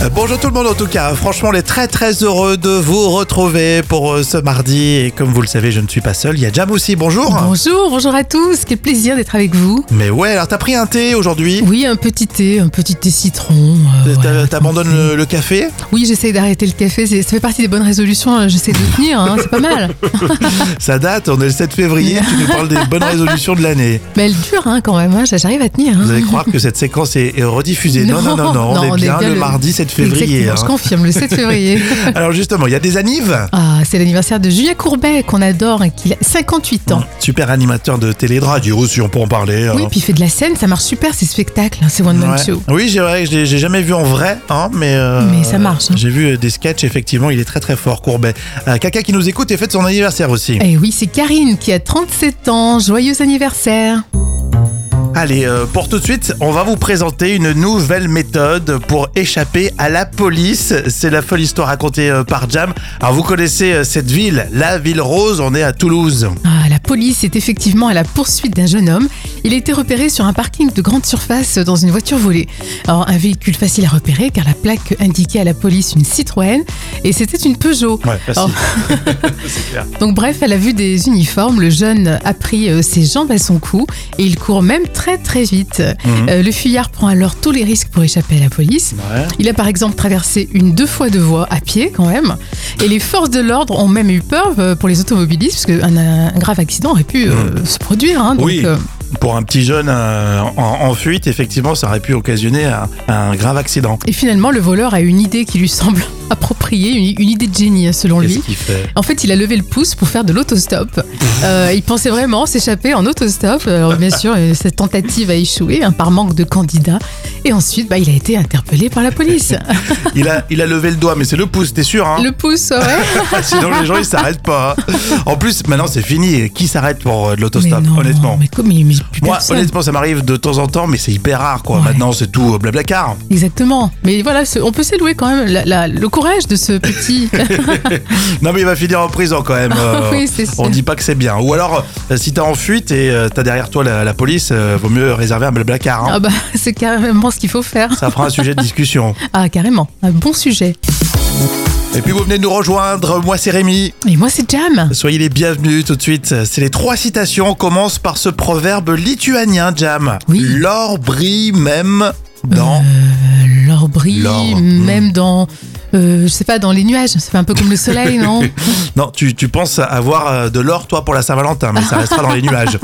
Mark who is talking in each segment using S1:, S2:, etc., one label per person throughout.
S1: Euh, Bonjour tout le monde en tout cas, franchement on est très très heureux de vous retrouver pour euh, ce mardi et comme vous le savez je ne suis pas seul, il y a Jam aussi, bonjour
S2: Bonjour, bonjour à tous, quel plaisir d'être avec vous.
S1: Mais ouais alors t'as pris un thé aujourd'hui
S2: Oui, un petit thé, un petit thé citron. euh,
S1: T'as-
S2: voilà.
S1: T'abandonnes le, le café
S2: Oui, j'essaye d'arrêter le café, c'est- ça fait partie des bonnes résolutions, hein, j'essaie de tenir, hein, c'est pas mal.
S1: Ça date, on est le 7 février, tu nous parles des bonnes résolutions de l'année.
S2: Mais elle dure hein, quand même, hein, j'arrive à tenir. hein.
S1: Vous allez croire que cette séquence est, est rediffusée. Non, non, non, non, on, est, bien le, mardi 7 février.
S2: Exactement, je
S1: hein.
S2: confirme, le 7 février.
S1: Alors justement, il y a des anives
S2: Ah, c'est l'anniversaire de Julien Courbet qu'on adore et qu'il a 58 ans.
S1: Super animateur de télé et de radio, si on peut en parler.
S2: Oui,
S1: hein.
S2: puis il fait de la scène, ça marche super ces spectacles, hein, ces one man
S1: Ouais.
S2: show.
S1: Oui, j'ai ouais, je l'ai- j'ai jamais vu en vrai, hein, mais, euh,
S2: Mais ça marche, hein.
S1: J'ai vu euh, des sketchs, effectivement, il est très très fort, Courbet. Euh, Caca qui nous écoute et fête son anniversaire aussi.
S2: Et Eh oui, c'est Karine qui a 37 ans, joyeux anniversaire.
S1: Allez, euh, pour tout de suite, on va vous présenter une nouvelle méthode pour échapper à la police. C'est la folle histoire racontée euh, par Jam. Alors vous connaissez euh, cette ville, la ville rose, on est à Toulouse.
S2: Ah, la police est effectivement à la poursuite d'un jeune homme. Il a été repéré sur un parking de grande surface dans une voiture volée. Alors, un véhicule facile à repérer car la plaque indiquait à la police une Citroën et c'était une Peugeot.
S1: Ouais, facile.
S2: Oh. Donc bref, à la vue des uniformes, le jeune a pris euh, ses jambes à son cou et il court même très très vite.
S1: Mhm.
S2: Euh, le fuyard prend alors tous les risques pour échapper à la police.
S1: Ouais.
S2: Il a par exemple traversé une deux fois deux voies à pied quand même. Et les forces de l'ordre ont même eu peur euh, pour les automobilistes parce qu'un un grave accident aurait pu euh, se produire. hein. donc,
S1: Mmh. Oui.
S2: euh,
S1: Pour un petit jeune euh, en, en fuite, effectivement, ça aurait pu occasionner un- un grave accident.
S2: et finalement, le voleur a une idée qui lui semble appropriée, une, une idée de génie hein, selon
S1: Qu'est-ce
S2: lui.
S1: qu'il fait
S2: En fait, il a levé le pouce pour faire de l'autostop. Euh, il pensait vraiment s'échapper en autostop. Alors, bien sûr, euh, cette tentative a échoué hein, par manque de candidats. Et ensuite, bah, il a été interpellé par la police.
S1: il a, il a levé le doigt, mais c'est le pouce, t'es sûr hein
S2: Le pouce, ouais.
S1: Sinon les gens ils s'arrêtent pas. hein. En plus maintenant c'est fini, qui s'arrête pour euh, de
S2: Mais
S1: l'autostop
S2: non,
S1: honnêtement
S2: Mais comme mais plus
S1: Moi
S2: personne.
S1: honnêtement ça m'arrive de temps en temps mais c'est hyper rare quoi.
S2: Ouais.
S1: Maintenant c'est tout euh, blabla car.
S2: Exactement. Mais voilà, ce- on peut s'élouer quand même la- la- le courage de ce petit.
S1: Non mais il va finir en prison quand même. euh,
S2: oui, c'est sûr.
S1: On dit pas que c'est bien. Ou alors, euh, si t'es en fuite et euh, t'as derrière toi la, la police, euh, vaut mieux réserver un blabla car. hein.
S2: Ah bah, c'est carrément ce qu'il faut faire.
S1: Ça fera un sujet de discussion.
S2: Ah, carrément. Un bon sujet.
S1: Et puis vous venez nous rejoindre. Moi c'est Rémi.
S2: Et moi, c'est Jam.
S1: Soyez les bienvenus tout de suite. C'est les trois citations. On commence par ce proverbe lituanien, Jam.
S2: Oui.
S1: L'or brille même dans.
S2: L'or brille,
S1: L'or, hmm.
S2: même dans. euh, je sais pas, dans les nuages. Ça fait un peu comme le soleil, non
S1: Non, tu, tu penses avoir euh, de l'or, toi, pour la Saint-Valentin, mais ça restera dans les nuages.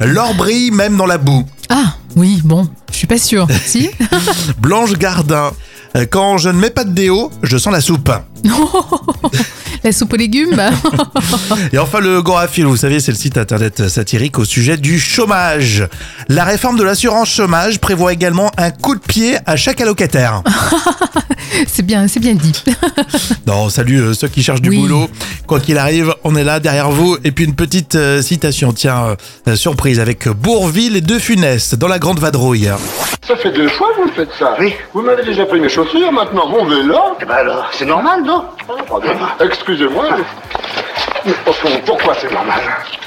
S1: L'or brille même dans la boue.
S2: Ah, oui, bon. Je suis pas sûre. Si
S1: Blanche Gardin. euh, Quand je ne mets pas de déo, je sens la soupe.
S2: Non La soupe aux légumes bah.
S1: Et enfin, le Gorafil, vous savez, c'est le site internet satirique au sujet du chômage. La réforme de l'assurance chômage prévoit également un coup de pied à chaque allocataire.
S2: C'est bien, c'est bien dit.
S1: Non, salut euh, ceux qui cherchent du
S2: Oui.
S1: boulot. Quoi qu'il arrive, on est là derrière vous. Et puis une petite euh, citation, tiens, euh, surprise, avec Bourville et De Funès dans la Grande Vadrouille.
S3: Ça fait deux fois que vous faites ça.
S4: Oui.
S3: Vous m'avez déjà pris mes chaussures, maintenant mon vélo. Ah, ben,
S4: Eh ben alors, c'est normal, non
S3: Excusez-moi. Mais au fond, pourquoi c'est normal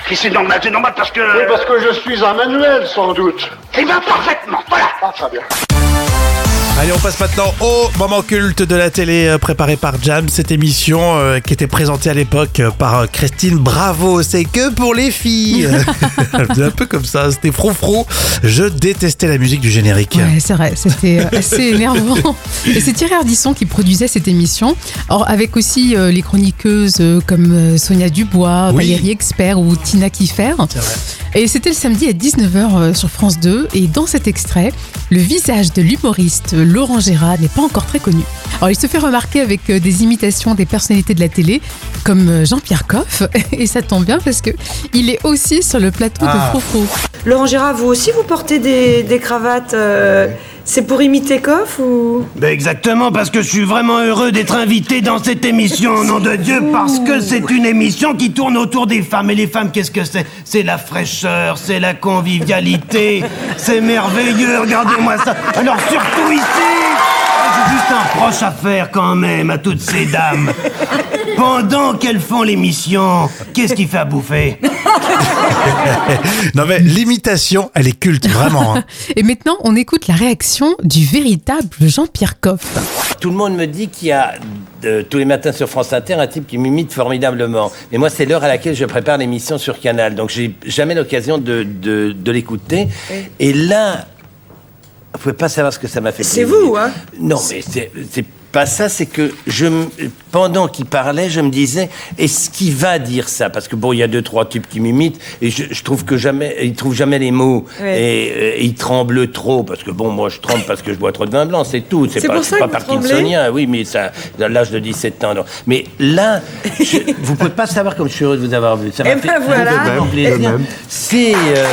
S4: Et c'est normal, c'est normal parce que...
S3: Oui, parce que je suis un manuel, sans doute.
S4: Eh ben parfaitement, voilà
S3: Ah, très bien.
S1: Allez, on passe maintenant au moment culte de la télé euh, préparé par Jam. Cette émission euh, qui était présentée à l'époque euh, par euh, Christine Bravo, c'est que pour les filles. Elle faisait un peu comme ça, c'était froufrou. Je détestais la musique du générique.
S2: Ouais, c'est vrai, c'était euh, assez énervant. Et c'est Thierry Ardisson qui produisait cette émission. Or, avec aussi euh, les chroniqueuses euh, comme euh, Sonia Dubois,
S1: Oui.
S2: Valérie Expert ou Tina Kiffer. Et c'était le samedi à 19h euh, sur France 2. Et dans cet extrait, le visage de l'humoriste euh, Laurent Gérard n'est pas encore très connu. Alors, il se fait remarquer avec euh, des imitations des personnalités de la télé, comme euh, Jean-Pierre Coff. Et ça tombe bien parce que il est aussi sur le plateau
S1: Ah.
S2: de Froufrou.
S5: Laurent Gérard, vous aussi vous portez des, des cravates euh, C'est pour imiter Coff ou
S6: Ben exactement, parce que je suis vraiment heureux d'être invité dans cette émission, au nom de Dieu, parce que c'est une émission qui tourne autour des femmes. Et les femmes, qu'est-ce que c'est C'est la fraîcheur, c'est la convivialité, c'est merveilleux, regardez-moi ça. Alors surtout ici Ah, j'ai juste un reproche à faire quand même à toutes ces dames. Pendant qu'elles font l'émission, qu'est-ce qui fait à bouffer
S1: Non mais l'imitation, elle est culte, vraiment. hein. Ah,
S2: Et maintenant, on écoute la réaction du véritable Jean-Pierre Coff.
S7: tout le monde me dit qu'il y a de- tous les matins sur France Inter un type qui m'imite formidablement. Mais moi, c'est l'heure à laquelle je prépare l'émission sur Canal. Donc, j'ai jamais l'occasion de, de- de l'écouter. Et là, vous pouvez pas savoir ce que ça m'a fait.
S5: C'est
S7: plaisir.
S5: vous, hein
S7: Non, mais c'est c'est pas ça, c'est que je, m- pendant qu'il parlait, je me disais, est-ce qu'il va dire ça Parce que bon, il y a deux, trois types qui m'imitent, et je, je trouve que jamais, ils trouvent jamais les mots,
S5: Ouais.
S7: et, euh, ils tremblent trop, parce que bon, moi je tremble parce que je bois trop de vin blanc, c'est tout, c'est
S5: C'est
S7: pas,
S5: pour
S7: je
S5: ça
S7: suis pas
S5: que vous
S7: parkinsonien, oui, mais ça, à l'âge de 17 ans, non. Mais là, je, vous pouvez pas savoir comme je suis heureux de vous avoir vu, ça m'a
S5: Eh
S7: fait
S5: ben voilà.
S7: énormément
S5: De
S7: plaisir. Eh C'est... euh,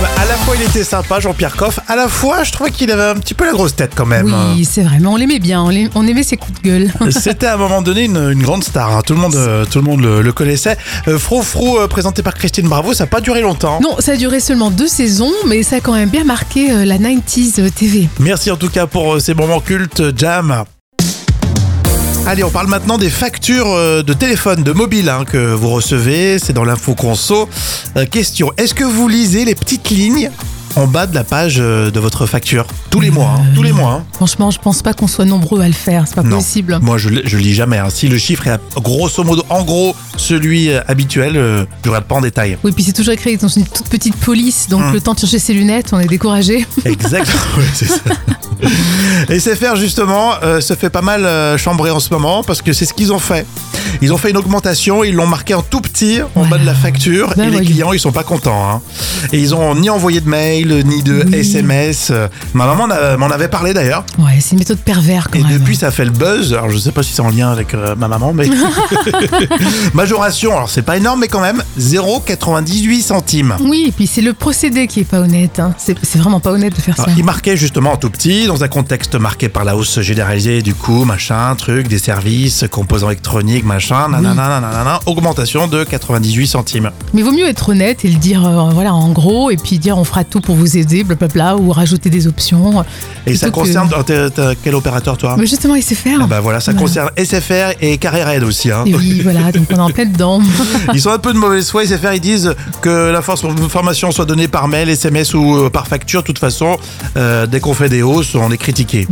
S1: Bah, À la fois, il était sympa, Jean-Pierre Coff. À la fois, je trouvais qu'il avait un petit peu la grosse tête quand même.
S2: Oui, c'est vrai, mais on l'aimait bien, on, l'aim- on aimait ses coups de gueule.
S1: C'était à un moment donné une, une grande star. hein. Tout le monde, euh, tout le, monde le, le connaissait. Euh, Fro Fro, euh, présenté par Christine Bravo, ça n'a pas duré longtemps.
S2: Non, ça a duré seulement deux saisons, mais ça a quand même bien marqué euh, la 90s TV.
S1: Merci en tout cas pour euh, ces moments cultes, euh, Jam. Allez, on parle maintenant des factures euh, de téléphone, de mobile hein, que vous recevez. C'est dans l'info conso. Euh, question est-ce que vous lisez les petites lignes en bas de la page euh, de votre facture tous les mois hein, Tous les mois. hein.
S2: Franchement, je pense pas qu'on soit nombreux à le faire, c'est pas
S1: Non.
S2: possible.
S1: Moi, je, le- je lis jamais. hein. Si le chiffre est à- grosso modo, en gros, celui euh, habituel, euh, je regarde pas en détail.
S2: Oui, puis c'est toujours écrit dans une toute petite police, donc
S1: Hum.
S2: le temps de chercher ses lunettes, on est découragé.
S1: Exactement. Ouais, c'est ça. Et SFR, justement, euh, se fait pas mal euh, chambrer en ce moment parce que c'est ce qu'ils ont fait. Ils ont fait une augmentation, ils l'ont marqué en tout petit en bas de la facture et
S2: Ben
S1: les
S2: voyons.
S1: clients, ils sont pas contents. hein. Et ils ont ni envoyé de mail, ni de SMS. Euh, Ma maman n'a- m'en avait parlé d'ailleurs.
S2: Ouais, c'est une méthode pervers quand
S1: Et
S2: même.
S1: depuis, ça a fait le buzz. Alors, je sais pas si c'est en lien avec euh, ma maman, mais. Majoration, alors c'est pas énorme, mais quand même, 0,98 centimes.
S2: Oui, et puis c'est le procédé qui est pas honnête. hein. C'est c'est vraiment pas honnête de faire ça.
S1: Alors, il marquait justement en tout petit, dans un contexte marqué par la hausse généralisée du coût, machin, truc, des services, composants électroniques, machin, nanana, nanana, augmentation de 98 centimes.
S2: Mais vaut mieux être honnête et le dire, euh, voilà, en gros, et puis dire on fera tout pour vous aider, blablabla, ou rajouter des options.
S1: Et ça
S2: Plutôt que-
S1: concerne. oh, t'es- t'es- quel opérateur toi
S2: Mais justement, il sait faire.
S1: Bah voilà, ça
S2: Voilà.
S1: concerne SFR et Carré Raid aussi. hein.
S2: Et oui, voilà, donc on est en plein dedans.
S1: Ils sont un peu de mauvaise foi, SFR, ils disent que la force- formation soit donnée par mail, SMS ou euh, par facture. De toute façon, euh, dès qu'on fait des hausses, on est critiqué.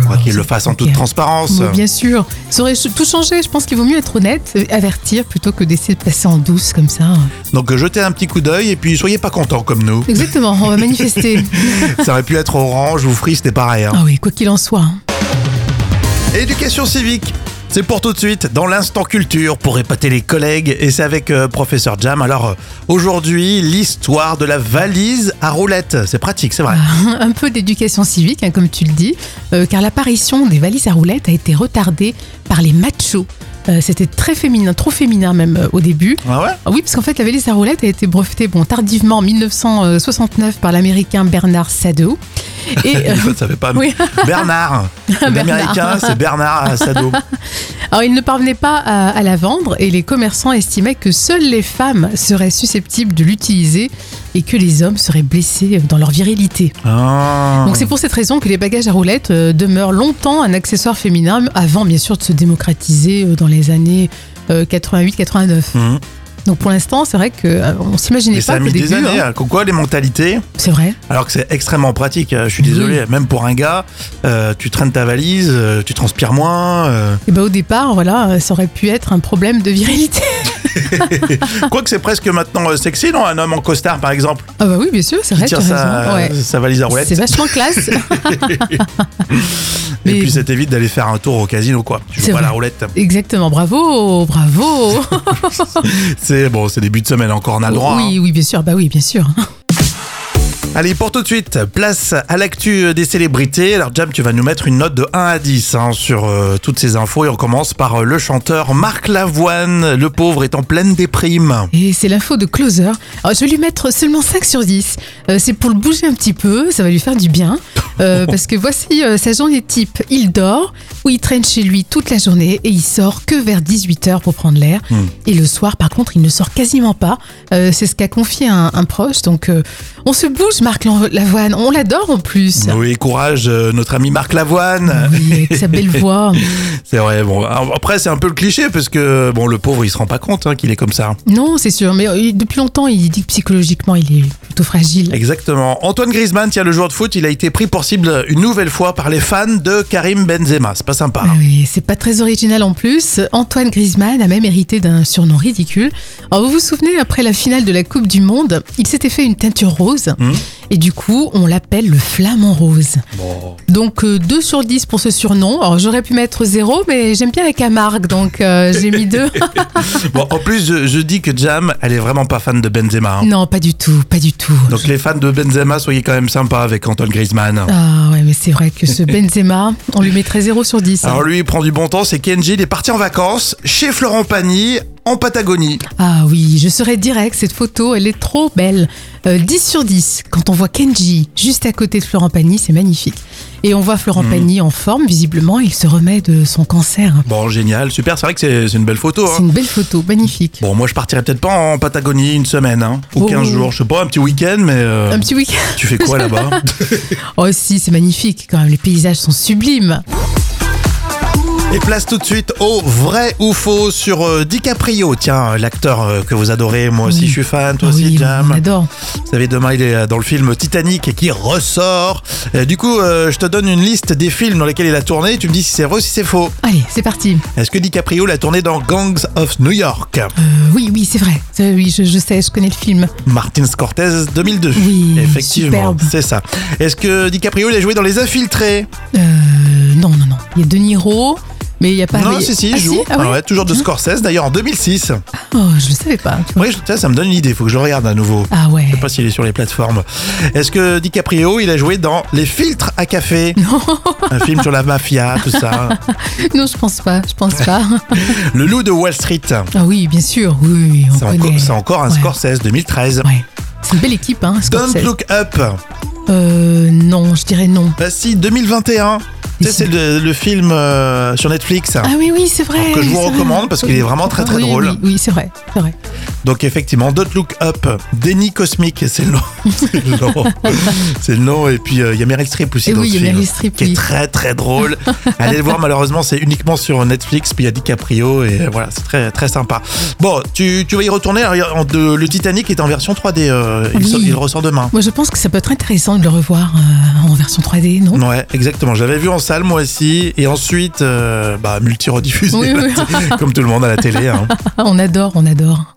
S1: Faudra qu'ils le fassent en toute
S2: clair.
S1: transparence.
S2: Mais bien sûr, ça aurait ch- tout changé. Je pense qu'il vaut mieux être honnête, euh, avertir plutôt que d'essayer de passer en douce comme ça.
S1: Donc euh, jetez un petit coup d'œil et puis soyez pas contents comme nous.
S2: Exactement, on va manifester.
S1: Ça aurait pu être orange ou free, c'était pareil. hein.
S2: ah oui, quoi qu'il en soit. hein.
S1: Éducation civique, c'est pour tout de suite dans l'instant culture pour épater les collègues et c'est avec euh, professeur Jam. Alors euh, aujourd'hui, l'histoire de la valise à roulettes. C'est pratique, c'est vrai.
S2: Un peu d'éducation civique, hein, comme tu le dis, euh, car l'apparition des valises à roulettes a été retardée par les machos. Euh, C'était très féminin, trop féminin même euh, au début.
S1: Ah ouais
S2: Ah Oui, parce qu'en fait, la valise à roulettes a été brevetée bon, tardivement en 1969 par l'américain Bernard Sadeau. Et, euh,
S1: Ça, Ça fait pas.
S2: Oui.
S1: Bernard. L'américain,
S2: Bernard.
S1: c'est Bernard Sado.
S2: alors, il ne parvenait pas à, à la vendre et les commerçants estimaient que seules les femmes seraient susceptibles de l'utiliser et que les hommes seraient blessés dans leur virilité.
S1: Ah.
S2: Donc, c'est pour cette raison que les bagages à roulettes euh, demeurent longtemps un accessoire féminin, avant bien sûr de se démocratiser euh, dans les années 88-89.
S1: Mhm.
S2: Donc, pour l'instant, c'est vrai qu'on on s'imaginait
S1: Et ça
S2: pas
S1: a
S2: qu'au
S1: mis des
S2: début,
S1: années.
S2: hein,
S1: hein, Quoi, les mentalités
S2: c'est vrai.
S1: Alors que c'est extrêmement pratique. euh, Je suis désolé, même pour un gars, euh, tu traînes ta valise, euh, tu transpires moins. euh,
S2: Et bah, au départ, voilà, euh, ça aurait pu être un problème de virilité.
S1: Quoique c'est presque maintenant euh, sexy, non Un homme en costard, par exemple,
S2: Ah bah oui, bien sûr, c'est
S1: qui
S2: vrai, tu as
S1: tire sa,
S2: raison. Ouais.
S1: sa valise à roulettes.
S2: C'est vachement classe.
S1: Et
S2: Mais-
S1: puis ça t'évite d'aller faire un tour au casino, quoi. Tu joues
S2: C'est
S1: pas à la
S2: vrai.
S1: roulette.
S2: Exactement, bravo, bravo.
S1: C'est bon, c'est début de semaine encore, on a le droit.
S2: Oh, oui, oui, bien sûr, bah oui, bien sûr.
S1: hein. Allez, pour tout de suite, place à l'actu euh, des célébrités. Alors, Jam, tu vas nous mettre une note de 1 à 10 hein, sur euh, toutes ces infos. Et on commence par euh, le chanteur Marc Lavoine. Le pauvre est en pleine déprime.
S2: Et c'est l'info de Closer. Alors, je vais lui mettre seulement 5 sur 10. Euh, c'est pour le bouger un petit peu, ça va lui faire du bien. Euh, parce que voici euh, sa journée type. Il dort ou il traîne chez lui toute la journée et il sort que vers 18h pour prendre l'air. Et le soir, par contre, il ne sort quasiment pas. Euh, c'est ce qu'a confié un, un proche. Donc, euh, on se bouge Marc Lan- Lavoine. On l'adore en plus.
S1: Oui, courage, euh, notre ami Marc Lavoine.
S2: Oui, avec sa belle voix.
S1: C'est vrai. Bon, après, c'est un peu le cliché parce que bon, le pauvre, il se rend pas compte hein, qu'il est comme ça.
S2: Non, c'est sûr, mais euh, depuis longtemps, il dit que psychologiquement, il est plutôt fragile.
S1: Exactement. Antoine Griezmann, tiens, le joueur de foot, il a été pris pour cible une nouvelle fois par les fans de Karim Benzema. C'est pas sympa. hein.
S2: Ah oui, c'est pas très original en plus. Antoine Griezmann a même hérité d'un surnom ridicule. Alors, vous vous souvenez, après la finale de la Coupe du Monde, il s'était fait une teinture rose. Et du coup, on l'appelle le flamant rose. Donc, 2 sur 10 pour ce surnom. Alors, j'aurais pu mettre 0, mais j'aime bien la Camargue, donc euh, j'ai mis 2.
S1: Bon, en plus, je, je dis que Jam, elle est vraiment pas fan de Benzema. hein.
S2: non, pas du tout, pas du tout.
S1: Donc les fans de Benzema, soyez quand même sympas avec Antoine Griezmann.
S2: Ah ouais, mais c'est vrai que ce Benzema, on lui mettrait 0 sur 10. hein.
S1: Alors lui, il prend du bon temps, c'est Kenji, il est parti en vacances chez Florent Pagny, en Patagonie.
S2: Ah oui, je serai direct, cette photo, elle est trop belle. Euh, 10 sur 10, quand on voit Kenji juste à côté de Florent Pagny, c'est magnifique. Et on voit Florent Pagny en forme, visiblement, il se remet de son cancer.
S1: Mm. Bon, génial, super, c'est vrai que c'est c'est une belle photo.
S2: C'est
S1: Hein.
S2: une belle photo, magnifique.
S1: Bon, moi, je partirais peut-être pas en Patagonie une semaine, hein, ou
S2: Oh.
S1: 15 jours, je sais pas, un petit week-end, mais... euh,
S2: Un petit week-end.
S1: Tu fais quoi là-bas
S2: Oh si, c'est magnifique quand même, les paysages sont sublimes.
S1: Et place tout de suite au vrai ou faux sur euh, DiCaprio. Tiens, euh, l'acteur euh, que vous adorez, moi aussi
S2: Oui.
S1: je suis fan, toi
S2: Ah
S1: aussi
S2: oui, on
S1: Jam.
S2: adore.
S1: Vous savez, demain il est euh, dans le film Titanic et qui ressort. Euh, du coup, euh, je te donne une liste des films dans lesquels il a tourné. et Tu me dis si c'est vrai ou si c'est faux.
S2: Allez, c'est parti.
S1: Est-ce que DiCaprio l'a tourné dans Gangs of New York
S2: Euh, oui, oui, c'est vrai. Euh, Oui, je, je sais, je connais le film.
S1: Martin Scorsese 2002.
S2: Oui,
S1: Effectivement,
S2: superbe.
S1: c'est ça. Est-ce que DiCaprio l'a joué dans Les Infiltrés
S2: Euh, non, non, non. Il y a De Niro, mais il n'y a pas...
S1: Non,
S2: mais-
S1: si, si,
S2: Ah,
S1: il joue.
S2: Ah
S1: Ah
S2: ouais
S1: ouais, toujours de Scorsese, d'ailleurs en 2006.
S2: Oh, je le savais pas. tu vois.
S1: Oui, ça, ça me donne une idée, faut que je le regarde à nouveau.
S2: Ah ouais.
S1: Je sais pas s'il est sur les plateformes. Est-ce que DiCaprio, il a joué dans Les filtres à café Un film sur la mafia, tout ça.
S2: Non, je pense pas, je pense pas.
S1: Le loup de Wall Street.
S2: ah oui, bien sûr, oui, oui, oui, on
S1: C'est
S2: connaît.
S1: encore, c'est encore un
S2: Ouais,
S1: Scorsese 2013.
S2: Ouais. C'est une belle équipe, hein, Scorsese.
S1: Don't Look Up.
S2: Euh, non, je dirais non.
S1: Bah si, 2021. Tu sais,
S2: si.
S1: c'est le, le film euh, sur Netflix.
S2: Ah oui, oui, c'est vrai.
S1: Alors que je vous
S2: c'est vrai.
S1: recommande parce qu'il est vraiment très, très
S2: Oui,
S1: drôle.
S2: Oui, oui, c'est vrai, c'est vrai.
S1: Donc effectivement, Don't Look Up, Déni Cosmique, c'est le nom. C'est le nom. C'est le nom. Et puis euh, il y a Meryl Streep aussi
S2: Et
S1: dans
S2: Eh oui,
S1: ce
S2: il y a
S1: film,
S2: Meryl Streep,
S1: qui est
S2: oui.
S1: très très drôle. Allez le voir, malheureusement, c'est uniquement sur Netflix. Puis il y a DiCaprio et euh, voilà, c'est très très sympa. Bon, tu, tu vas y retourner. Alors, il y a- en- de- le Titanic est en version 3D. euh, il,
S2: Oui.
S1: sort- il ressort demain.
S2: Moi, je pense que ça peut être intéressant de le revoir euh, en version 3D, non
S1: Ouais, exactement. J'avais vu en salle moi aussi, et ensuite euh, bah multi rediffusé
S2: Oui, oui.
S1: comme tout le monde à la télé. hein.
S2: Ah, On adore, on adore.